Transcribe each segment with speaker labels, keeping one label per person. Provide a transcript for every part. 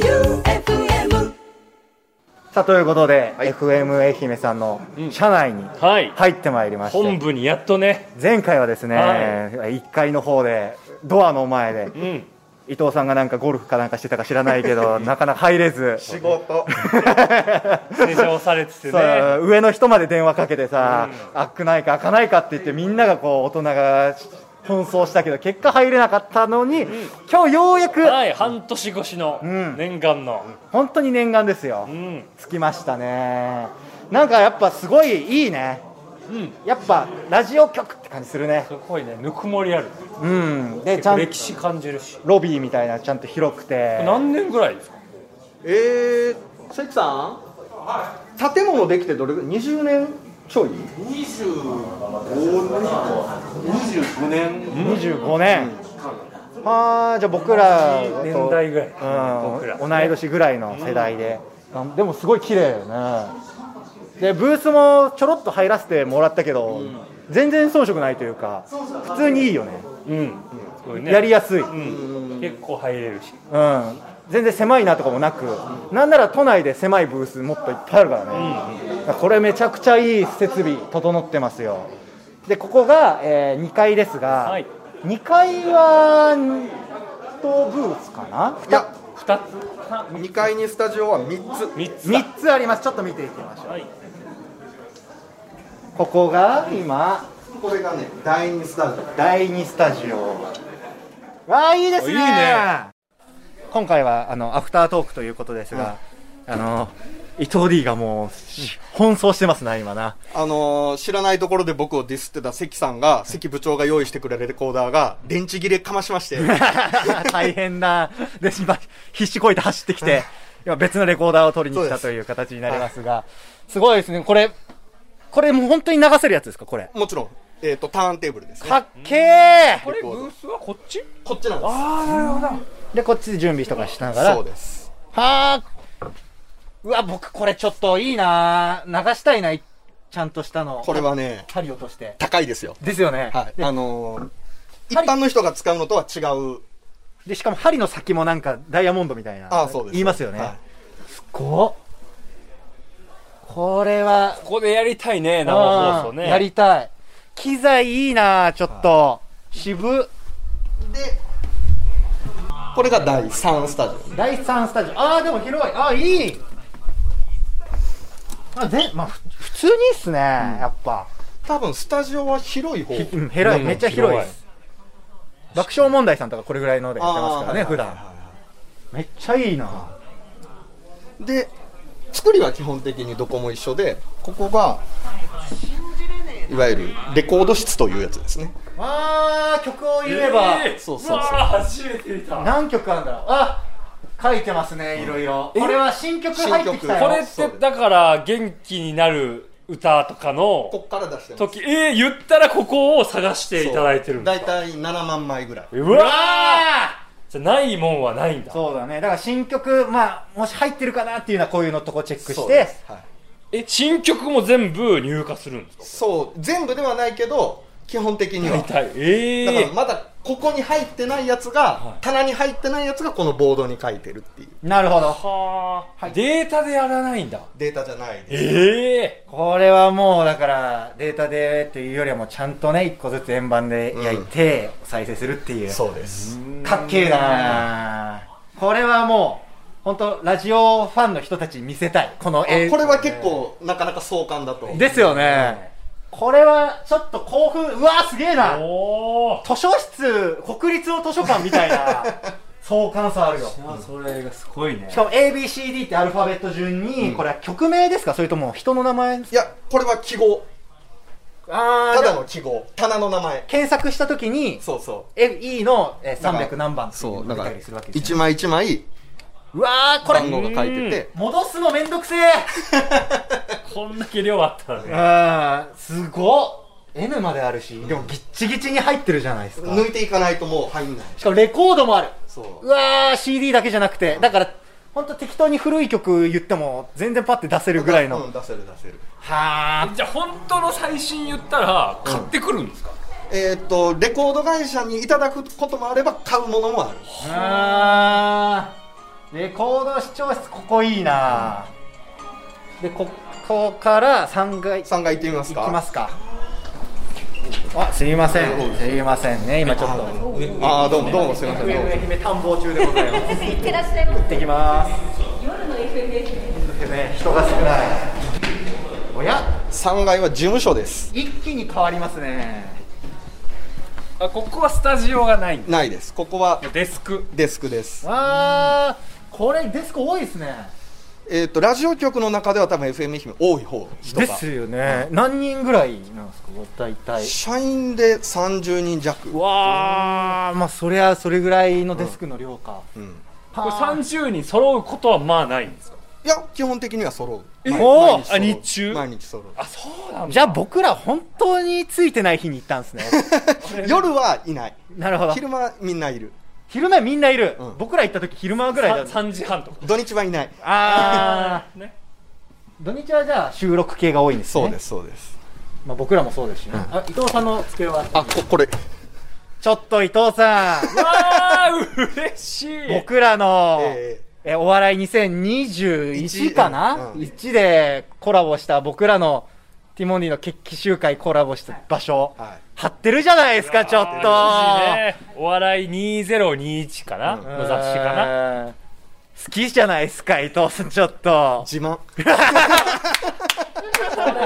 Speaker 1: J-O-E-U-F-M
Speaker 2: さあということで、
Speaker 3: はい
Speaker 2: FM 愛媛さんの社内に
Speaker 4: はい
Speaker 2: 入ってまいりまして、
Speaker 4: 本部にやっとね、
Speaker 2: 前回はですね、
Speaker 4: は
Speaker 2: 1階の方でドアの前で
Speaker 4: うん、
Speaker 2: 伊藤さんがなんかゴルフかなんかしてたか知らないけ どなかなか入れず、
Speaker 3: 仕事
Speaker 4: 成長されてて
Speaker 2: そ
Speaker 4: ね
Speaker 2: う上の人まで電話かけてさ、開くないか開かないかって言ってみんながこう大人が奔走したけど結果入れなかったのに、今日ようやく
Speaker 4: はい半年越しの
Speaker 2: ん
Speaker 4: 念願の、
Speaker 2: 本当に念願ですよ、
Speaker 4: うん
Speaker 2: つきましたねなんかやっぱすごいいいね
Speaker 4: うん、
Speaker 2: やっぱラジオ局って感じするね
Speaker 4: すごいねぬくもりある
Speaker 2: うんでちゃんと
Speaker 4: 歴史感じるし
Speaker 2: ロビーみたいなちゃんと広くて
Speaker 4: 何年ぐらいですか
Speaker 3: えー、関さん建物できてどれぐらい20年ちょい25年
Speaker 2: 25年はあじゃあ僕らと
Speaker 4: 年代ぐらい
Speaker 2: うん
Speaker 4: 僕ら
Speaker 2: 同い年ぐらいの世代で、あでもすごい綺麗よねでブースもちょろっと入らせてもらったけど、全然遜色ないというか普通にいいよね
Speaker 4: うんすごいね
Speaker 2: やりやすい、う
Speaker 4: うんん結構入れるし
Speaker 2: 全然狭いなとかもなくなんなら都内で狭いブースもっといっぱいあるからね、だからこれめちゃくちゃいい設備整ってますよでここが、え2階ですが、
Speaker 4: はい
Speaker 2: 2階は1ブースかない
Speaker 3: や
Speaker 4: 2つは
Speaker 3: 2階にスタジオは3つ
Speaker 4: 3つだ
Speaker 2: 3つありますちょっと見ていきましょう
Speaker 4: はい
Speaker 2: ここが今
Speaker 3: これがね第2スタジオ
Speaker 2: 第2スタジオわあいいですね
Speaker 4: いいね
Speaker 2: 今回はあのアフタートークということですが、あの伊藤 D がもう奔走してますな今な
Speaker 3: あのー知らないところで僕をディスってた関さんが関部長が用意してくれたレコーダーが電池切れかましまして
Speaker 2: 大変なで今必死こいて走ってきて今別のレコーダーを取りに来
Speaker 3: そう
Speaker 2: た
Speaker 3: です
Speaker 2: という形になりますがすごいですねこれこれもう本当に流せるやつですかこれ
Speaker 3: もちろん、えー、とターンテーブルですね
Speaker 2: かっけえ
Speaker 4: これブースはこっち
Speaker 3: こっちなんです
Speaker 4: ああなるほど
Speaker 2: でこっちで準備とかしながら
Speaker 3: そうです
Speaker 2: はあうわ僕これちょっといいな流したいなちゃんとしたの
Speaker 3: これはね
Speaker 2: 針落として
Speaker 3: 高いですよ
Speaker 2: ですよね、
Speaker 3: はい
Speaker 2: で
Speaker 3: あのー一般の人が使うのとは違う
Speaker 2: でしかも針の先もなんかダイヤモンドみたいな
Speaker 3: ああそうです
Speaker 2: 言いますよね、
Speaker 3: は
Speaker 2: すごっこれは
Speaker 4: ここでやりたいね生放送
Speaker 2: う
Speaker 4: ね
Speaker 2: んやりたい機材いいなちょっと渋っ
Speaker 3: でこれが第3スタジオ
Speaker 2: 第3スタジオああでも広いああいいあぜまあふ普通にいいっすね、やっぱ
Speaker 3: 多分スタジオは広い方
Speaker 2: ひうん広い、
Speaker 4: うん
Speaker 2: めっちゃ広いです爆笑問題さんとかこれぐらいのでやってますからね
Speaker 3: あー
Speaker 2: 普
Speaker 3: はいは
Speaker 2: 段
Speaker 3: いはいは
Speaker 2: めっちゃいいない
Speaker 3: で作りは基本的にどこも一緒でここがいわゆるレコード室というやつですね
Speaker 2: あー曲を言えば、
Speaker 4: えー
Speaker 3: そうそうそう
Speaker 4: わー初めて見た
Speaker 2: 何曲あるんだろうあ書いてますねいろいろこれは新曲入ってきた
Speaker 3: 新曲
Speaker 4: こ
Speaker 2: よ
Speaker 4: れってだから元気になる歌とかの
Speaker 3: こっから出してます
Speaker 4: 時えー、言ったらここを探していただいてるんです
Speaker 3: 大
Speaker 4: か
Speaker 3: 体7万枚ぐらいう
Speaker 2: う
Speaker 4: わ
Speaker 2: わ
Speaker 4: ーじゃあないもんはないんだ
Speaker 2: ーそうだねだから新曲まあもし入ってるかなっていうのはこういうのとこチェックし
Speaker 3: そうで
Speaker 2: て
Speaker 3: すはい、
Speaker 4: え新曲も全部入荷するんですか
Speaker 3: そう全部ではないけど基本的には
Speaker 4: 大体え
Speaker 3: だから
Speaker 4: え
Speaker 3: まだここに入ってないやつが、棚に入ってないやつがこのボードに書いてるっていう
Speaker 2: なるほど
Speaker 4: はあ、データでやらないんだ
Speaker 3: データじゃないです
Speaker 4: ええ
Speaker 2: これはもうだからデータでというよりはもうちゃんとね一個ずつ円盤で焼いて再生するっていう、
Speaker 3: そうです
Speaker 2: かっけえなこれはもう本当ラジオファンの人たちに見せたいこの
Speaker 3: あ
Speaker 2: 映
Speaker 3: これは結構なかなか壮観だと
Speaker 2: ですよね、これはちょっと興奮うわーすげえな
Speaker 4: おお
Speaker 2: 図書室国立の図書館みたい な相関さあるよ
Speaker 4: それがすごいね
Speaker 2: しかも ABCD ってアルファベット順に、これは曲名ですかそれとも人の名前です
Speaker 3: いやこれは記号
Speaker 2: あ
Speaker 3: た
Speaker 2: ーじゃ
Speaker 3: だ
Speaker 2: あ
Speaker 3: の記号棚の名前
Speaker 2: 検索した時に
Speaker 3: そうそう
Speaker 2: FE のえー
Speaker 3: だから
Speaker 2: 300何番っていうのが出たりするわけです
Speaker 3: 一
Speaker 2: ね
Speaker 3: 枚一枚
Speaker 2: うわーこれ
Speaker 3: 番号が書いてて
Speaker 2: 戻すのめんどくせえ
Speaker 4: こんだけ量あったらね
Speaker 2: あーすごっ N まであるしでもギッチギチに入ってるじゃないですか
Speaker 3: 抜いていかないともう入んない
Speaker 2: しかもレコードもある
Speaker 3: そう
Speaker 2: うわー CD だけじゃなくてだから本当適当に古い曲言っても全然パッて出せるぐらいの
Speaker 3: うん出せる出せる
Speaker 2: は
Speaker 4: じゃあ本当の最新言ったら買ってくるんですか、
Speaker 3: えーっとレコード会社にいただくこともあれば買うものもある
Speaker 2: あレコード視聴室ここいいなでここから3階
Speaker 3: 3階行ってみますか
Speaker 2: 行きますかあすいませんすいませんね今ちょっと
Speaker 3: ああどうもどうもすいませんどうも
Speaker 2: 愛媛探訪中でございます
Speaker 5: いってらっしゃいませ
Speaker 2: 行ってきます夜の FM ね人が少ないおや
Speaker 3: 3階は事務所です
Speaker 2: 一気に変わりますね
Speaker 4: あここはスタジオがないんだ
Speaker 3: ないですここは
Speaker 4: デスク
Speaker 3: デスクです
Speaker 2: わあこれデスク多いですね
Speaker 3: えっ、とラジオ局の中では多分 FM 姫多い方人
Speaker 2: で
Speaker 3: が
Speaker 2: すよね、何人ぐらいなんですか大体
Speaker 3: 社員で30人弱
Speaker 2: わあまあそりゃそれぐらいのデスクの量か、
Speaker 3: うん
Speaker 4: これ30人揃うことはまあないんですか
Speaker 3: いや基本的には揃う
Speaker 4: え
Speaker 3: 毎
Speaker 2: おー
Speaker 3: 毎揃う
Speaker 4: あ日中
Speaker 3: 毎日揃う
Speaker 4: あそうなんだ
Speaker 2: じゃあ僕ら本当についてない日に行ったんですね
Speaker 3: 夜はいない
Speaker 2: なるほど
Speaker 3: 昼間みんないる
Speaker 2: 昼間みんないる、
Speaker 3: うん
Speaker 2: 僕ら行った時昼間ぐらいだった
Speaker 4: 3時半とか
Speaker 3: 土日はいない
Speaker 2: ああ
Speaker 4: ね
Speaker 2: 土日はじゃあ収録系が多いんですね
Speaker 3: そうですそうです
Speaker 2: まあ、僕らもそうですしね、あ伊藤さんの机は
Speaker 3: あここれ
Speaker 2: ちょっと伊藤さん
Speaker 4: わー嬉しい
Speaker 2: 僕らの、
Speaker 3: え
Speaker 2: えお笑い2021かな、
Speaker 3: うん
Speaker 2: 1でコラボした僕らのティモンディの決起集会コラボした場所、
Speaker 3: はい
Speaker 2: 張ってるじゃないですかちょっと
Speaker 4: 嬉しいねお笑い2021かな、の雑誌かな
Speaker 2: な好きじゃないですか伊藤さんちょっとち
Speaker 3: 自慢
Speaker 4: これ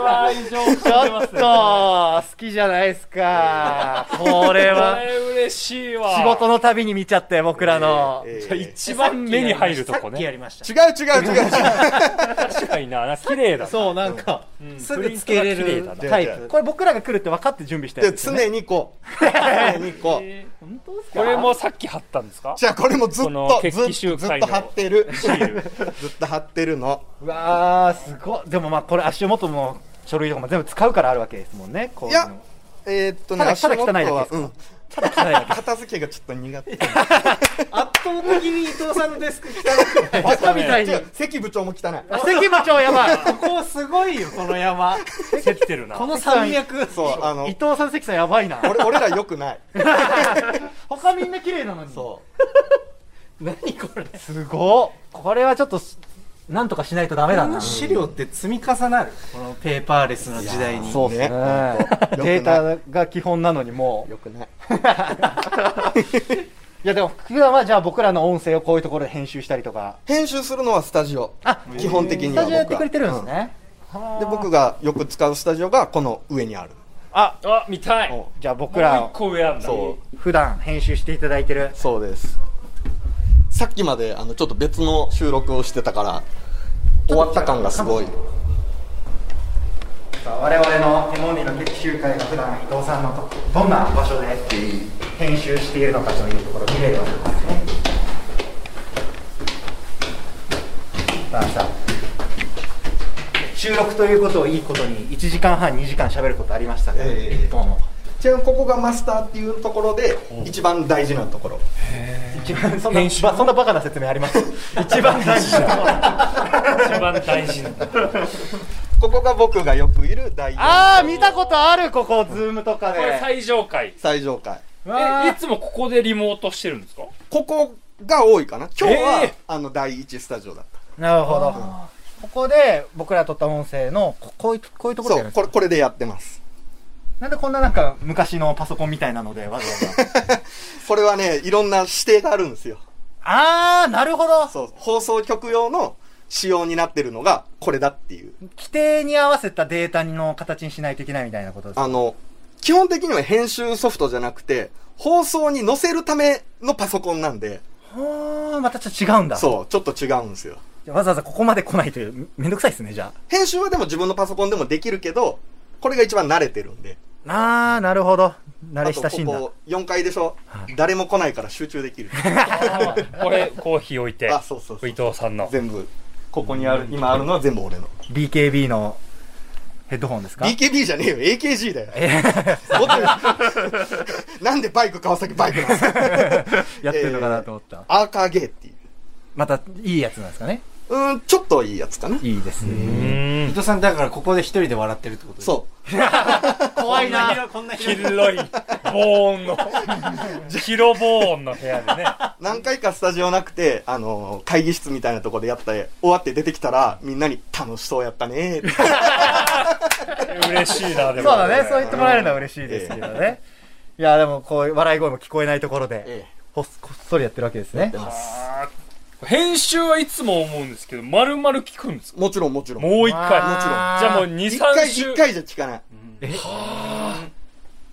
Speaker 4: は異常
Speaker 2: ょっと好きじゃないですかこれ
Speaker 4: こ
Speaker 2: は
Speaker 4: れ嬉しいわ
Speaker 2: 仕事のたびに見ちゃって僕らの、
Speaker 3: え
Speaker 4: じゃあ
Speaker 3: ー
Speaker 4: 一番目に入るとこ
Speaker 2: さっきや
Speaker 4: ね
Speaker 2: りました
Speaker 3: 違う違う違う違う
Speaker 4: 確かになな綺麗だな
Speaker 2: そうなんか、
Speaker 4: ん
Speaker 2: すぐつけれ
Speaker 4: プリン
Speaker 2: る
Speaker 4: トが綺麗だな
Speaker 2: タイ
Speaker 3: じゃあじ
Speaker 2: プ
Speaker 3: ゃあ
Speaker 2: これ僕らが来るって分かって準備したや
Speaker 3: で
Speaker 2: つですよね
Speaker 3: 常にこう常にこう
Speaker 2: 本当ですか
Speaker 4: これもさっき貼ったんですか
Speaker 3: じゃあこれもずっ
Speaker 4: この
Speaker 3: とず
Speaker 4: 決起
Speaker 3: っ
Speaker 4: 集
Speaker 3: とずっ
Speaker 4: 会
Speaker 3: と
Speaker 4: の
Speaker 3: 貼ってる ずっと貼ってるの
Speaker 2: うわーすごいでもまあこれ足元も書類とかも全部使うからあるわけですもんねこう
Speaker 3: い
Speaker 2: いうの
Speaker 3: やえーっと
Speaker 2: た
Speaker 3: ね
Speaker 2: だただ汚いだけ
Speaker 3: 足元は
Speaker 2: ですか
Speaker 3: うん
Speaker 2: ただ汚いだけ
Speaker 3: 片付けがちょっと苦手
Speaker 2: 圧倒的に伊藤さんのデスク汚いバカみたい に
Speaker 3: 違う関部長も汚い
Speaker 2: あ関部長やばいここすごいよこの山
Speaker 4: せってるな
Speaker 2: この山脈
Speaker 3: そうあの
Speaker 2: 伊藤さん関さんやばいな
Speaker 3: 俺俺らよくない
Speaker 2: 他みんな綺麗なのに
Speaker 3: そ う
Speaker 2: 何これすごっこれはちょっとなんとかしないとダメだな
Speaker 6: 資料って積み重なるこのペーパーレスの時代に
Speaker 2: そうですね
Speaker 3: ねほんと
Speaker 2: デ
Speaker 3: よくな
Speaker 2: ータが基本なのにもう
Speaker 3: よくない
Speaker 2: いやでも普段はじゃあ僕らの音声をこういうところで編集したりとか
Speaker 3: 編集するのはスタジオ
Speaker 2: あ
Speaker 3: 基本的に
Speaker 2: ス
Speaker 3: は
Speaker 2: タ
Speaker 3: 僕
Speaker 2: ジオ
Speaker 3: は
Speaker 2: やってくれてるんですね、
Speaker 3: うんで僕がよく使うスタジオがこの上にある
Speaker 2: あ
Speaker 4: あ見たい
Speaker 3: お
Speaker 2: じゃあ僕ら
Speaker 4: もう
Speaker 2: を
Speaker 4: 一個上あんだ
Speaker 3: そ
Speaker 2: 普段編集していただいてる
Speaker 3: そうですさっきまであのちょっと別の収録をしてたから終わった感がすごい
Speaker 2: 我々のテモンディの劇集会が普段伊藤さんのとどんな場所で編集しているのかというところを見れるわけですねまあさ収録ということをいいことに1時間半2時間喋ることありましたね、
Speaker 3: ええ
Speaker 2: 一本を
Speaker 3: ちなみにここがマスターっていうところで一番大事なところ
Speaker 2: 一番そんな、ま、そんなバカな説明あり ます一番大事なところ
Speaker 4: 一番大 事な
Speaker 3: ここが僕がよくいる第
Speaker 2: ああ
Speaker 3: 4
Speaker 2: 見たことあるここズームとか
Speaker 4: これ
Speaker 2: で
Speaker 4: 最上階
Speaker 3: 最上階
Speaker 2: わ
Speaker 4: え
Speaker 2: ー
Speaker 4: いつもここでリモートしてるんですか
Speaker 3: ここが多いかな今日は、
Speaker 4: えー
Speaker 3: あの第一スタジオだった
Speaker 2: なるほどここで僕ら撮った音声のここういうこういうところ
Speaker 3: そ
Speaker 2: じゃない
Speaker 3: う
Speaker 2: です
Speaker 3: こ
Speaker 2: か
Speaker 3: れこれでやってます
Speaker 2: なんでこんななんか昔のパソコンみたいなのでわざわざ
Speaker 3: これはねいろんな指定があるんですよ
Speaker 2: ああなるほど
Speaker 3: そう放送局用の仕様になってるのがこれだっていう
Speaker 2: 規定に合わせたデータの形にしないといけないみたいなことです
Speaker 3: あの基本的には編集ソフトじゃなくて放送に載せるためのパソコンなんで
Speaker 2: ほーまたちょっと違うんだ
Speaker 3: そうちょっと違うんですよ
Speaker 2: じゃあわざわざここまで来ないというめめんどくさいですねじゃ
Speaker 3: 編集はでも自分のパソコンでもできるけどこれが一番慣れてるんで
Speaker 2: ああーなるほど慣れ
Speaker 3: あと
Speaker 2: 親しんだ
Speaker 3: ここ4階でしょ、誰も来ないから集中できる
Speaker 4: これコーヒー置いて
Speaker 3: あそうそうそう
Speaker 4: 伊藤さんの
Speaker 3: 全部ここにある今あるのは全部俺の
Speaker 2: BKB のヘッドホンですか
Speaker 3: BKB じゃねえよ AKG だよ
Speaker 2: えー
Speaker 3: 持ってる なんでバイク川崎バイクなんですか
Speaker 2: やってるのかなと思った、
Speaker 3: アーカーゲーっていう
Speaker 2: またいいやつなんですかね
Speaker 3: うーんちょっといいやつかない
Speaker 2: いですね
Speaker 4: うーん
Speaker 6: 伊藤さんだからここで一人で笑ってるってこと
Speaker 3: そ
Speaker 6: 怖いなこんな広い
Speaker 4: 広い防 音の広防音の部屋でね
Speaker 3: 何回かスタジオなくて、あのー会議室みたいなところでやって、終わって出てきたら、みんなに楽しそうやったねーって。
Speaker 4: 嬉しいなで
Speaker 2: そう
Speaker 4: も
Speaker 2: だね、そう言ってもらえるのは嬉しいですけどね。いや、でもこう、笑い声も聞こえないところで
Speaker 3: え、
Speaker 2: ほっこっそりやってるわけですね。
Speaker 4: 編集はいつも思うんですけど丸々聞くんですか
Speaker 3: もちろんもちろん。
Speaker 4: もう一回
Speaker 3: もち
Speaker 4: じ
Speaker 3: ろん
Speaker 4: ゃあもう
Speaker 3: 一
Speaker 4: 23
Speaker 3: 回、
Speaker 4: 週
Speaker 3: 一回じゃ聞かない。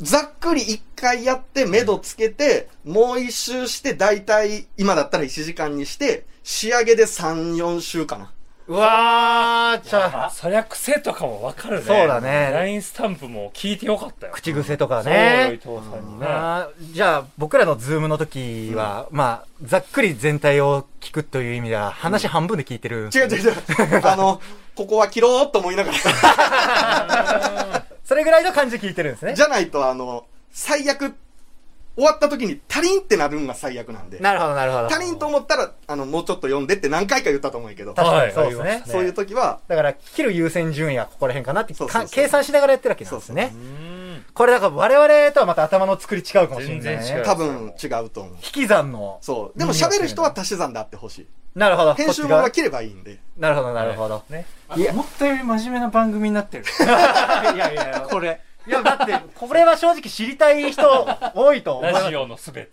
Speaker 3: ざっくり一回やって、目処つけて、もう一周して、だいたい、今だったら1時間にして、仕上げで3、4週かな。
Speaker 2: うわー、ちゃ、
Speaker 4: そりゃ癖とかもわかるね
Speaker 2: そうだね
Speaker 4: LINE スタンプも聞いてよかったよ
Speaker 2: 口癖とか
Speaker 4: そうよ伊
Speaker 2: ね。
Speaker 4: 藤さんにね
Speaker 2: あーじゃあ、僕らのズームの時は、まあ、ざっくり全体を聞くという意味では、話半分で聞いてる。
Speaker 3: 違う違う違う。あの、ここは切ろうと思いながら。
Speaker 2: それぐらいの感じで聞いてるんですね
Speaker 3: じ。ゃないと、あの、最悪、終わった時に、足りんってなるんが最悪なんで。
Speaker 2: なるほど、なるほど。
Speaker 3: 足りんと思ったら、あの、もうちょっと読んでって何回か言ったと思うけど、
Speaker 2: 確かにそうです
Speaker 4: はい
Speaker 2: ね。
Speaker 3: そういう時は、
Speaker 2: だから、切る優先順位はここら辺かなって
Speaker 3: そうそうそ
Speaker 2: か
Speaker 3: う
Speaker 2: 計算しながらやってるわけなんですね。これだから我々とはまた頭の作り違うかもしれない
Speaker 4: 全然違
Speaker 2: ね
Speaker 4: う。
Speaker 3: 多分違うと思う。
Speaker 2: 引き算の。
Speaker 3: そう。でも喋る人は足し算であってほしい。
Speaker 2: なるほど。
Speaker 3: 編集
Speaker 2: こっ
Speaker 3: 部
Speaker 2: ち側
Speaker 3: は切ればいいんで。
Speaker 2: なるほど、なるほど。
Speaker 4: ね
Speaker 2: いや
Speaker 6: 思ったより真面目な番組になってる
Speaker 2: いやいや、これ。いや、だって、これは正直知りたい人多いと思いま
Speaker 4: ラ
Speaker 2: す
Speaker 4: ジ。オのすべて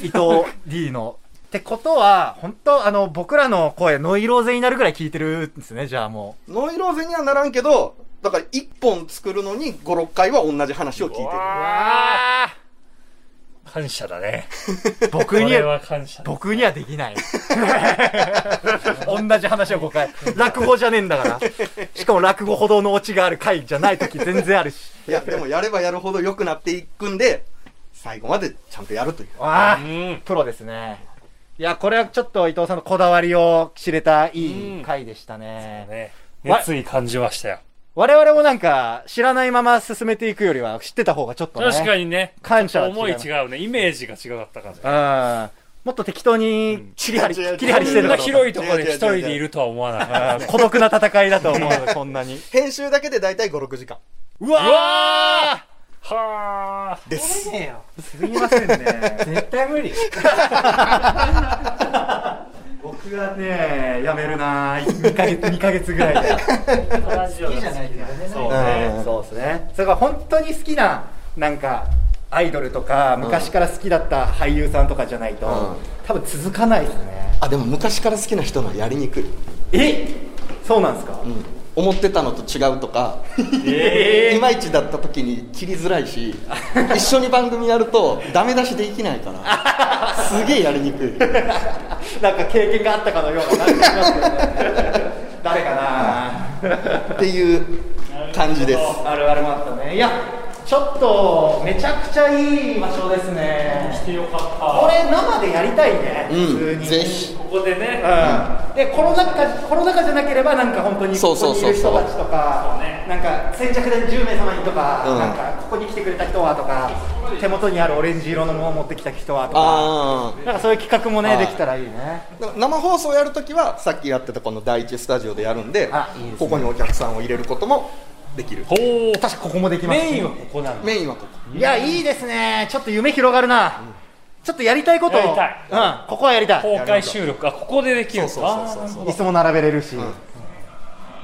Speaker 2: 伊藤 D の。ってことは、本当あの、僕らの声、ノイローゼになるぐらい聞いてるんですね、じゃあも
Speaker 3: ノイローゼにはならんけど、だから一本作るのに5、6回は同じ話を聞いてる。
Speaker 2: う。
Speaker 4: わ
Speaker 2: あ
Speaker 4: ー感謝だね
Speaker 2: あ僕
Speaker 4: こ
Speaker 2: に
Speaker 4: れ
Speaker 2: は、
Speaker 4: は感謝だ
Speaker 2: 僕にはできない。同じ話を5回。落語じゃねえんだから。しかも落語ほどのオチがある回じゃない時全然あるし。
Speaker 3: いや、でもやればやるほど良くなっていくんで、最後までちゃんとやるという。
Speaker 2: わあ、
Speaker 4: うん
Speaker 2: プロですね。いや、これはちょっと伊藤さんのこだわりを知れたい
Speaker 4: うん
Speaker 2: い回でしたね。
Speaker 4: ね熱意感じましたよ
Speaker 2: 我々もなんか知らないまま進めていくよりは知ってた方がちょっとね。
Speaker 4: 確かにね
Speaker 2: 感謝は違う
Speaker 4: 思い違うねイメージが違かったから
Speaker 2: うん。もっと適当に切り張り、
Speaker 3: 違う違う
Speaker 2: 切り張りしてる
Speaker 4: こ
Speaker 2: の
Speaker 4: んな
Speaker 2: かと
Speaker 4: 広いところで一人でいるとは思わなかっ
Speaker 2: うん孤独な戦いだと思う、こんなに。
Speaker 3: 編集だけでだいたい5、6時間
Speaker 2: う
Speaker 4: たうわーはー
Speaker 3: です。
Speaker 6: ねえよすみませんね絶対無 理
Speaker 2: 僕がね、やめるな2ヶ月、二ヶ月ぐらいで。
Speaker 6: 好きじゃないけどね
Speaker 4: そう
Speaker 3: う
Speaker 4: ね
Speaker 3: ん
Speaker 2: そうですね。それが本当に好きな、なんか、アイドルとか、昔から好きだった俳優さんとかじゃないと、
Speaker 3: ん
Speaker 2: 多分続かないですね。
Speaker 3: あ、でも昔から好きな人のはやりにくい。
Speaker 2: えそうなんですか、
Speaker 3: うん思ってたのと違うとか、 いまいちだった時に切りづらいし一緒に番組やるとダメ出しできない からすげえやりにくい
Speaker 2: なんか経験があったかのような感じがします けどね誰かな
Speaker 3: っていう感じです
Speaker 2: あるあるもあったねいやちょっとめちゃくちゃいい場所ですね
Speaker 4: 来てよか
Speaker 2: こ
Speaker 4: っ
Speaker 2: れ生でやりたいね、普通
Speaker 3: う
Speaker 2: に
Speaker 3: んぜひ
Speaker 4: たここでね
Speaker 2: うんでコロナ禍コロナ禍じゃなければなんか本当に
Speaker 3: そ
Speaker 2: こ
Speaker 3: うそ
Speaker 2: こ
Speaker 3: う
Speaker 2: にい
Speaker 3: そう
Speaker 2: る
Speaker 3: そう
Speaker 2: 人たちとかなんか先着で10名様にとか、
Speaker 3: うん
Speaker 2: なんかここに来てくれた人はとか手元にあるオレンジ色のものを持ってきた人はとか
Speaker 3: あ
Speaker 2: なんかそういう企画もね
Speaker 3: は
Speaker 2: で
Speaker 3: い
Speaker 2: きたらいいね
Speaker 3: あ生放送やるときはさっきやってたこの第一スタジオでやるんで
Speaker 2: あいいですね
Speaker 3: ここにお客さんを入れることもできる
Speaker 4: ほー
Speaker 2: 確かここもできます
Speaker 4: メインはここなんだ
Speaker 3: メインはここ
Speaker 2: いやいいですねちょっと夢広がるな、ちょっとやりたいことを
Speaker 4: やりたい
Speaker 2: うん、ここはやりたい
Speaker 4: 公開収録あここでできるんです
Speaker 3: そう
Speaker 4: か
Speaker 3: そうそうそう
Speaker 2: 椅子も並べれるし、う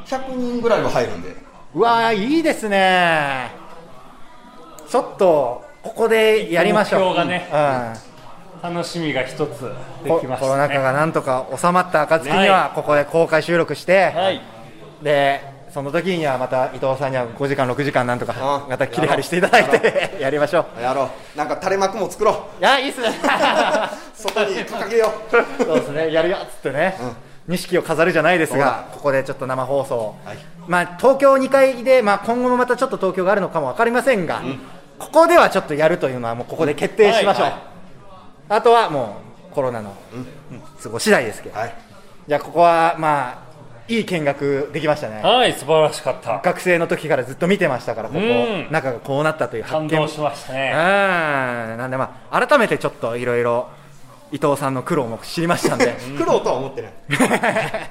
Speaker 3: 100人ぐらいは入るんで
Speaker 2: わーいいですねちょっとここでやりましょう
Speaker 4: 目標がね
Speaker 2: うん
Speaker 4: 楽しみが一つで
Speaker 2: こ
Speaker 4: きましたね
Speaker 2: コロナ禍がなんとか収まった暁には
Speaker 4: は
Speaker 2: ここで公開収録して、
Speaker 4: はい
Speaker 2: でその時にはまた伊藤さんには5時間6時間なんとか
Speaker 3: うん
Speaker 2: また切り張りしていただいてやりましょう
Speaker 3: やろうなんか垂れ幕も作ろう
Speaker 2: いやいいっす ね
Speaker 3: 外に掲げよ う
Speaker 2: そうですねやるよっつってね錦、を飾るじゃないですがここでちょっと生放送、まあ、東京2階で、まあ、今後もまたちょっと東京があるのかも分かりませんが、ここではちょっとやるというのはもうここで決定しましょう、
Speaker 4: はいは
Speaker 2: あとはもうコロナの都合次第ですけど、
Speaker 3: はい
Speaker 2: じゃあここはまあいい見学できましたね
Speaker 4: はい素晴らしかった
Speaker 2: 学生の時からずっと見てましたからここ
Speaker 4: うん
Speaker 2: 中がこうなったという発
Speaker 4: 感
Speaker 2: 見
Speaker 4: 動しました
Speaker 2: うん
Speaker 4: ね
Speaker 2: なんでまあ改めてちょっといろいろ伊藤さんの苦労も知りましたんで
Speaker 5: 苦労とは思ってない
Speaker 4: ま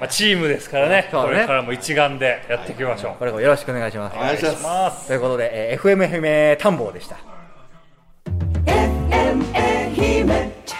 Speaker 4: あ、チームですからね
Speaker 2: そうね
Speaker 4: これからも一丸でやっていきましょう、
Speaker 2: これからよろしくお願いします
Speaker 5: お願いします
Speaker 4: ます
Speaker 2: ということで、えー FMFM 探訪でした
Speaker 1: FM 愛媛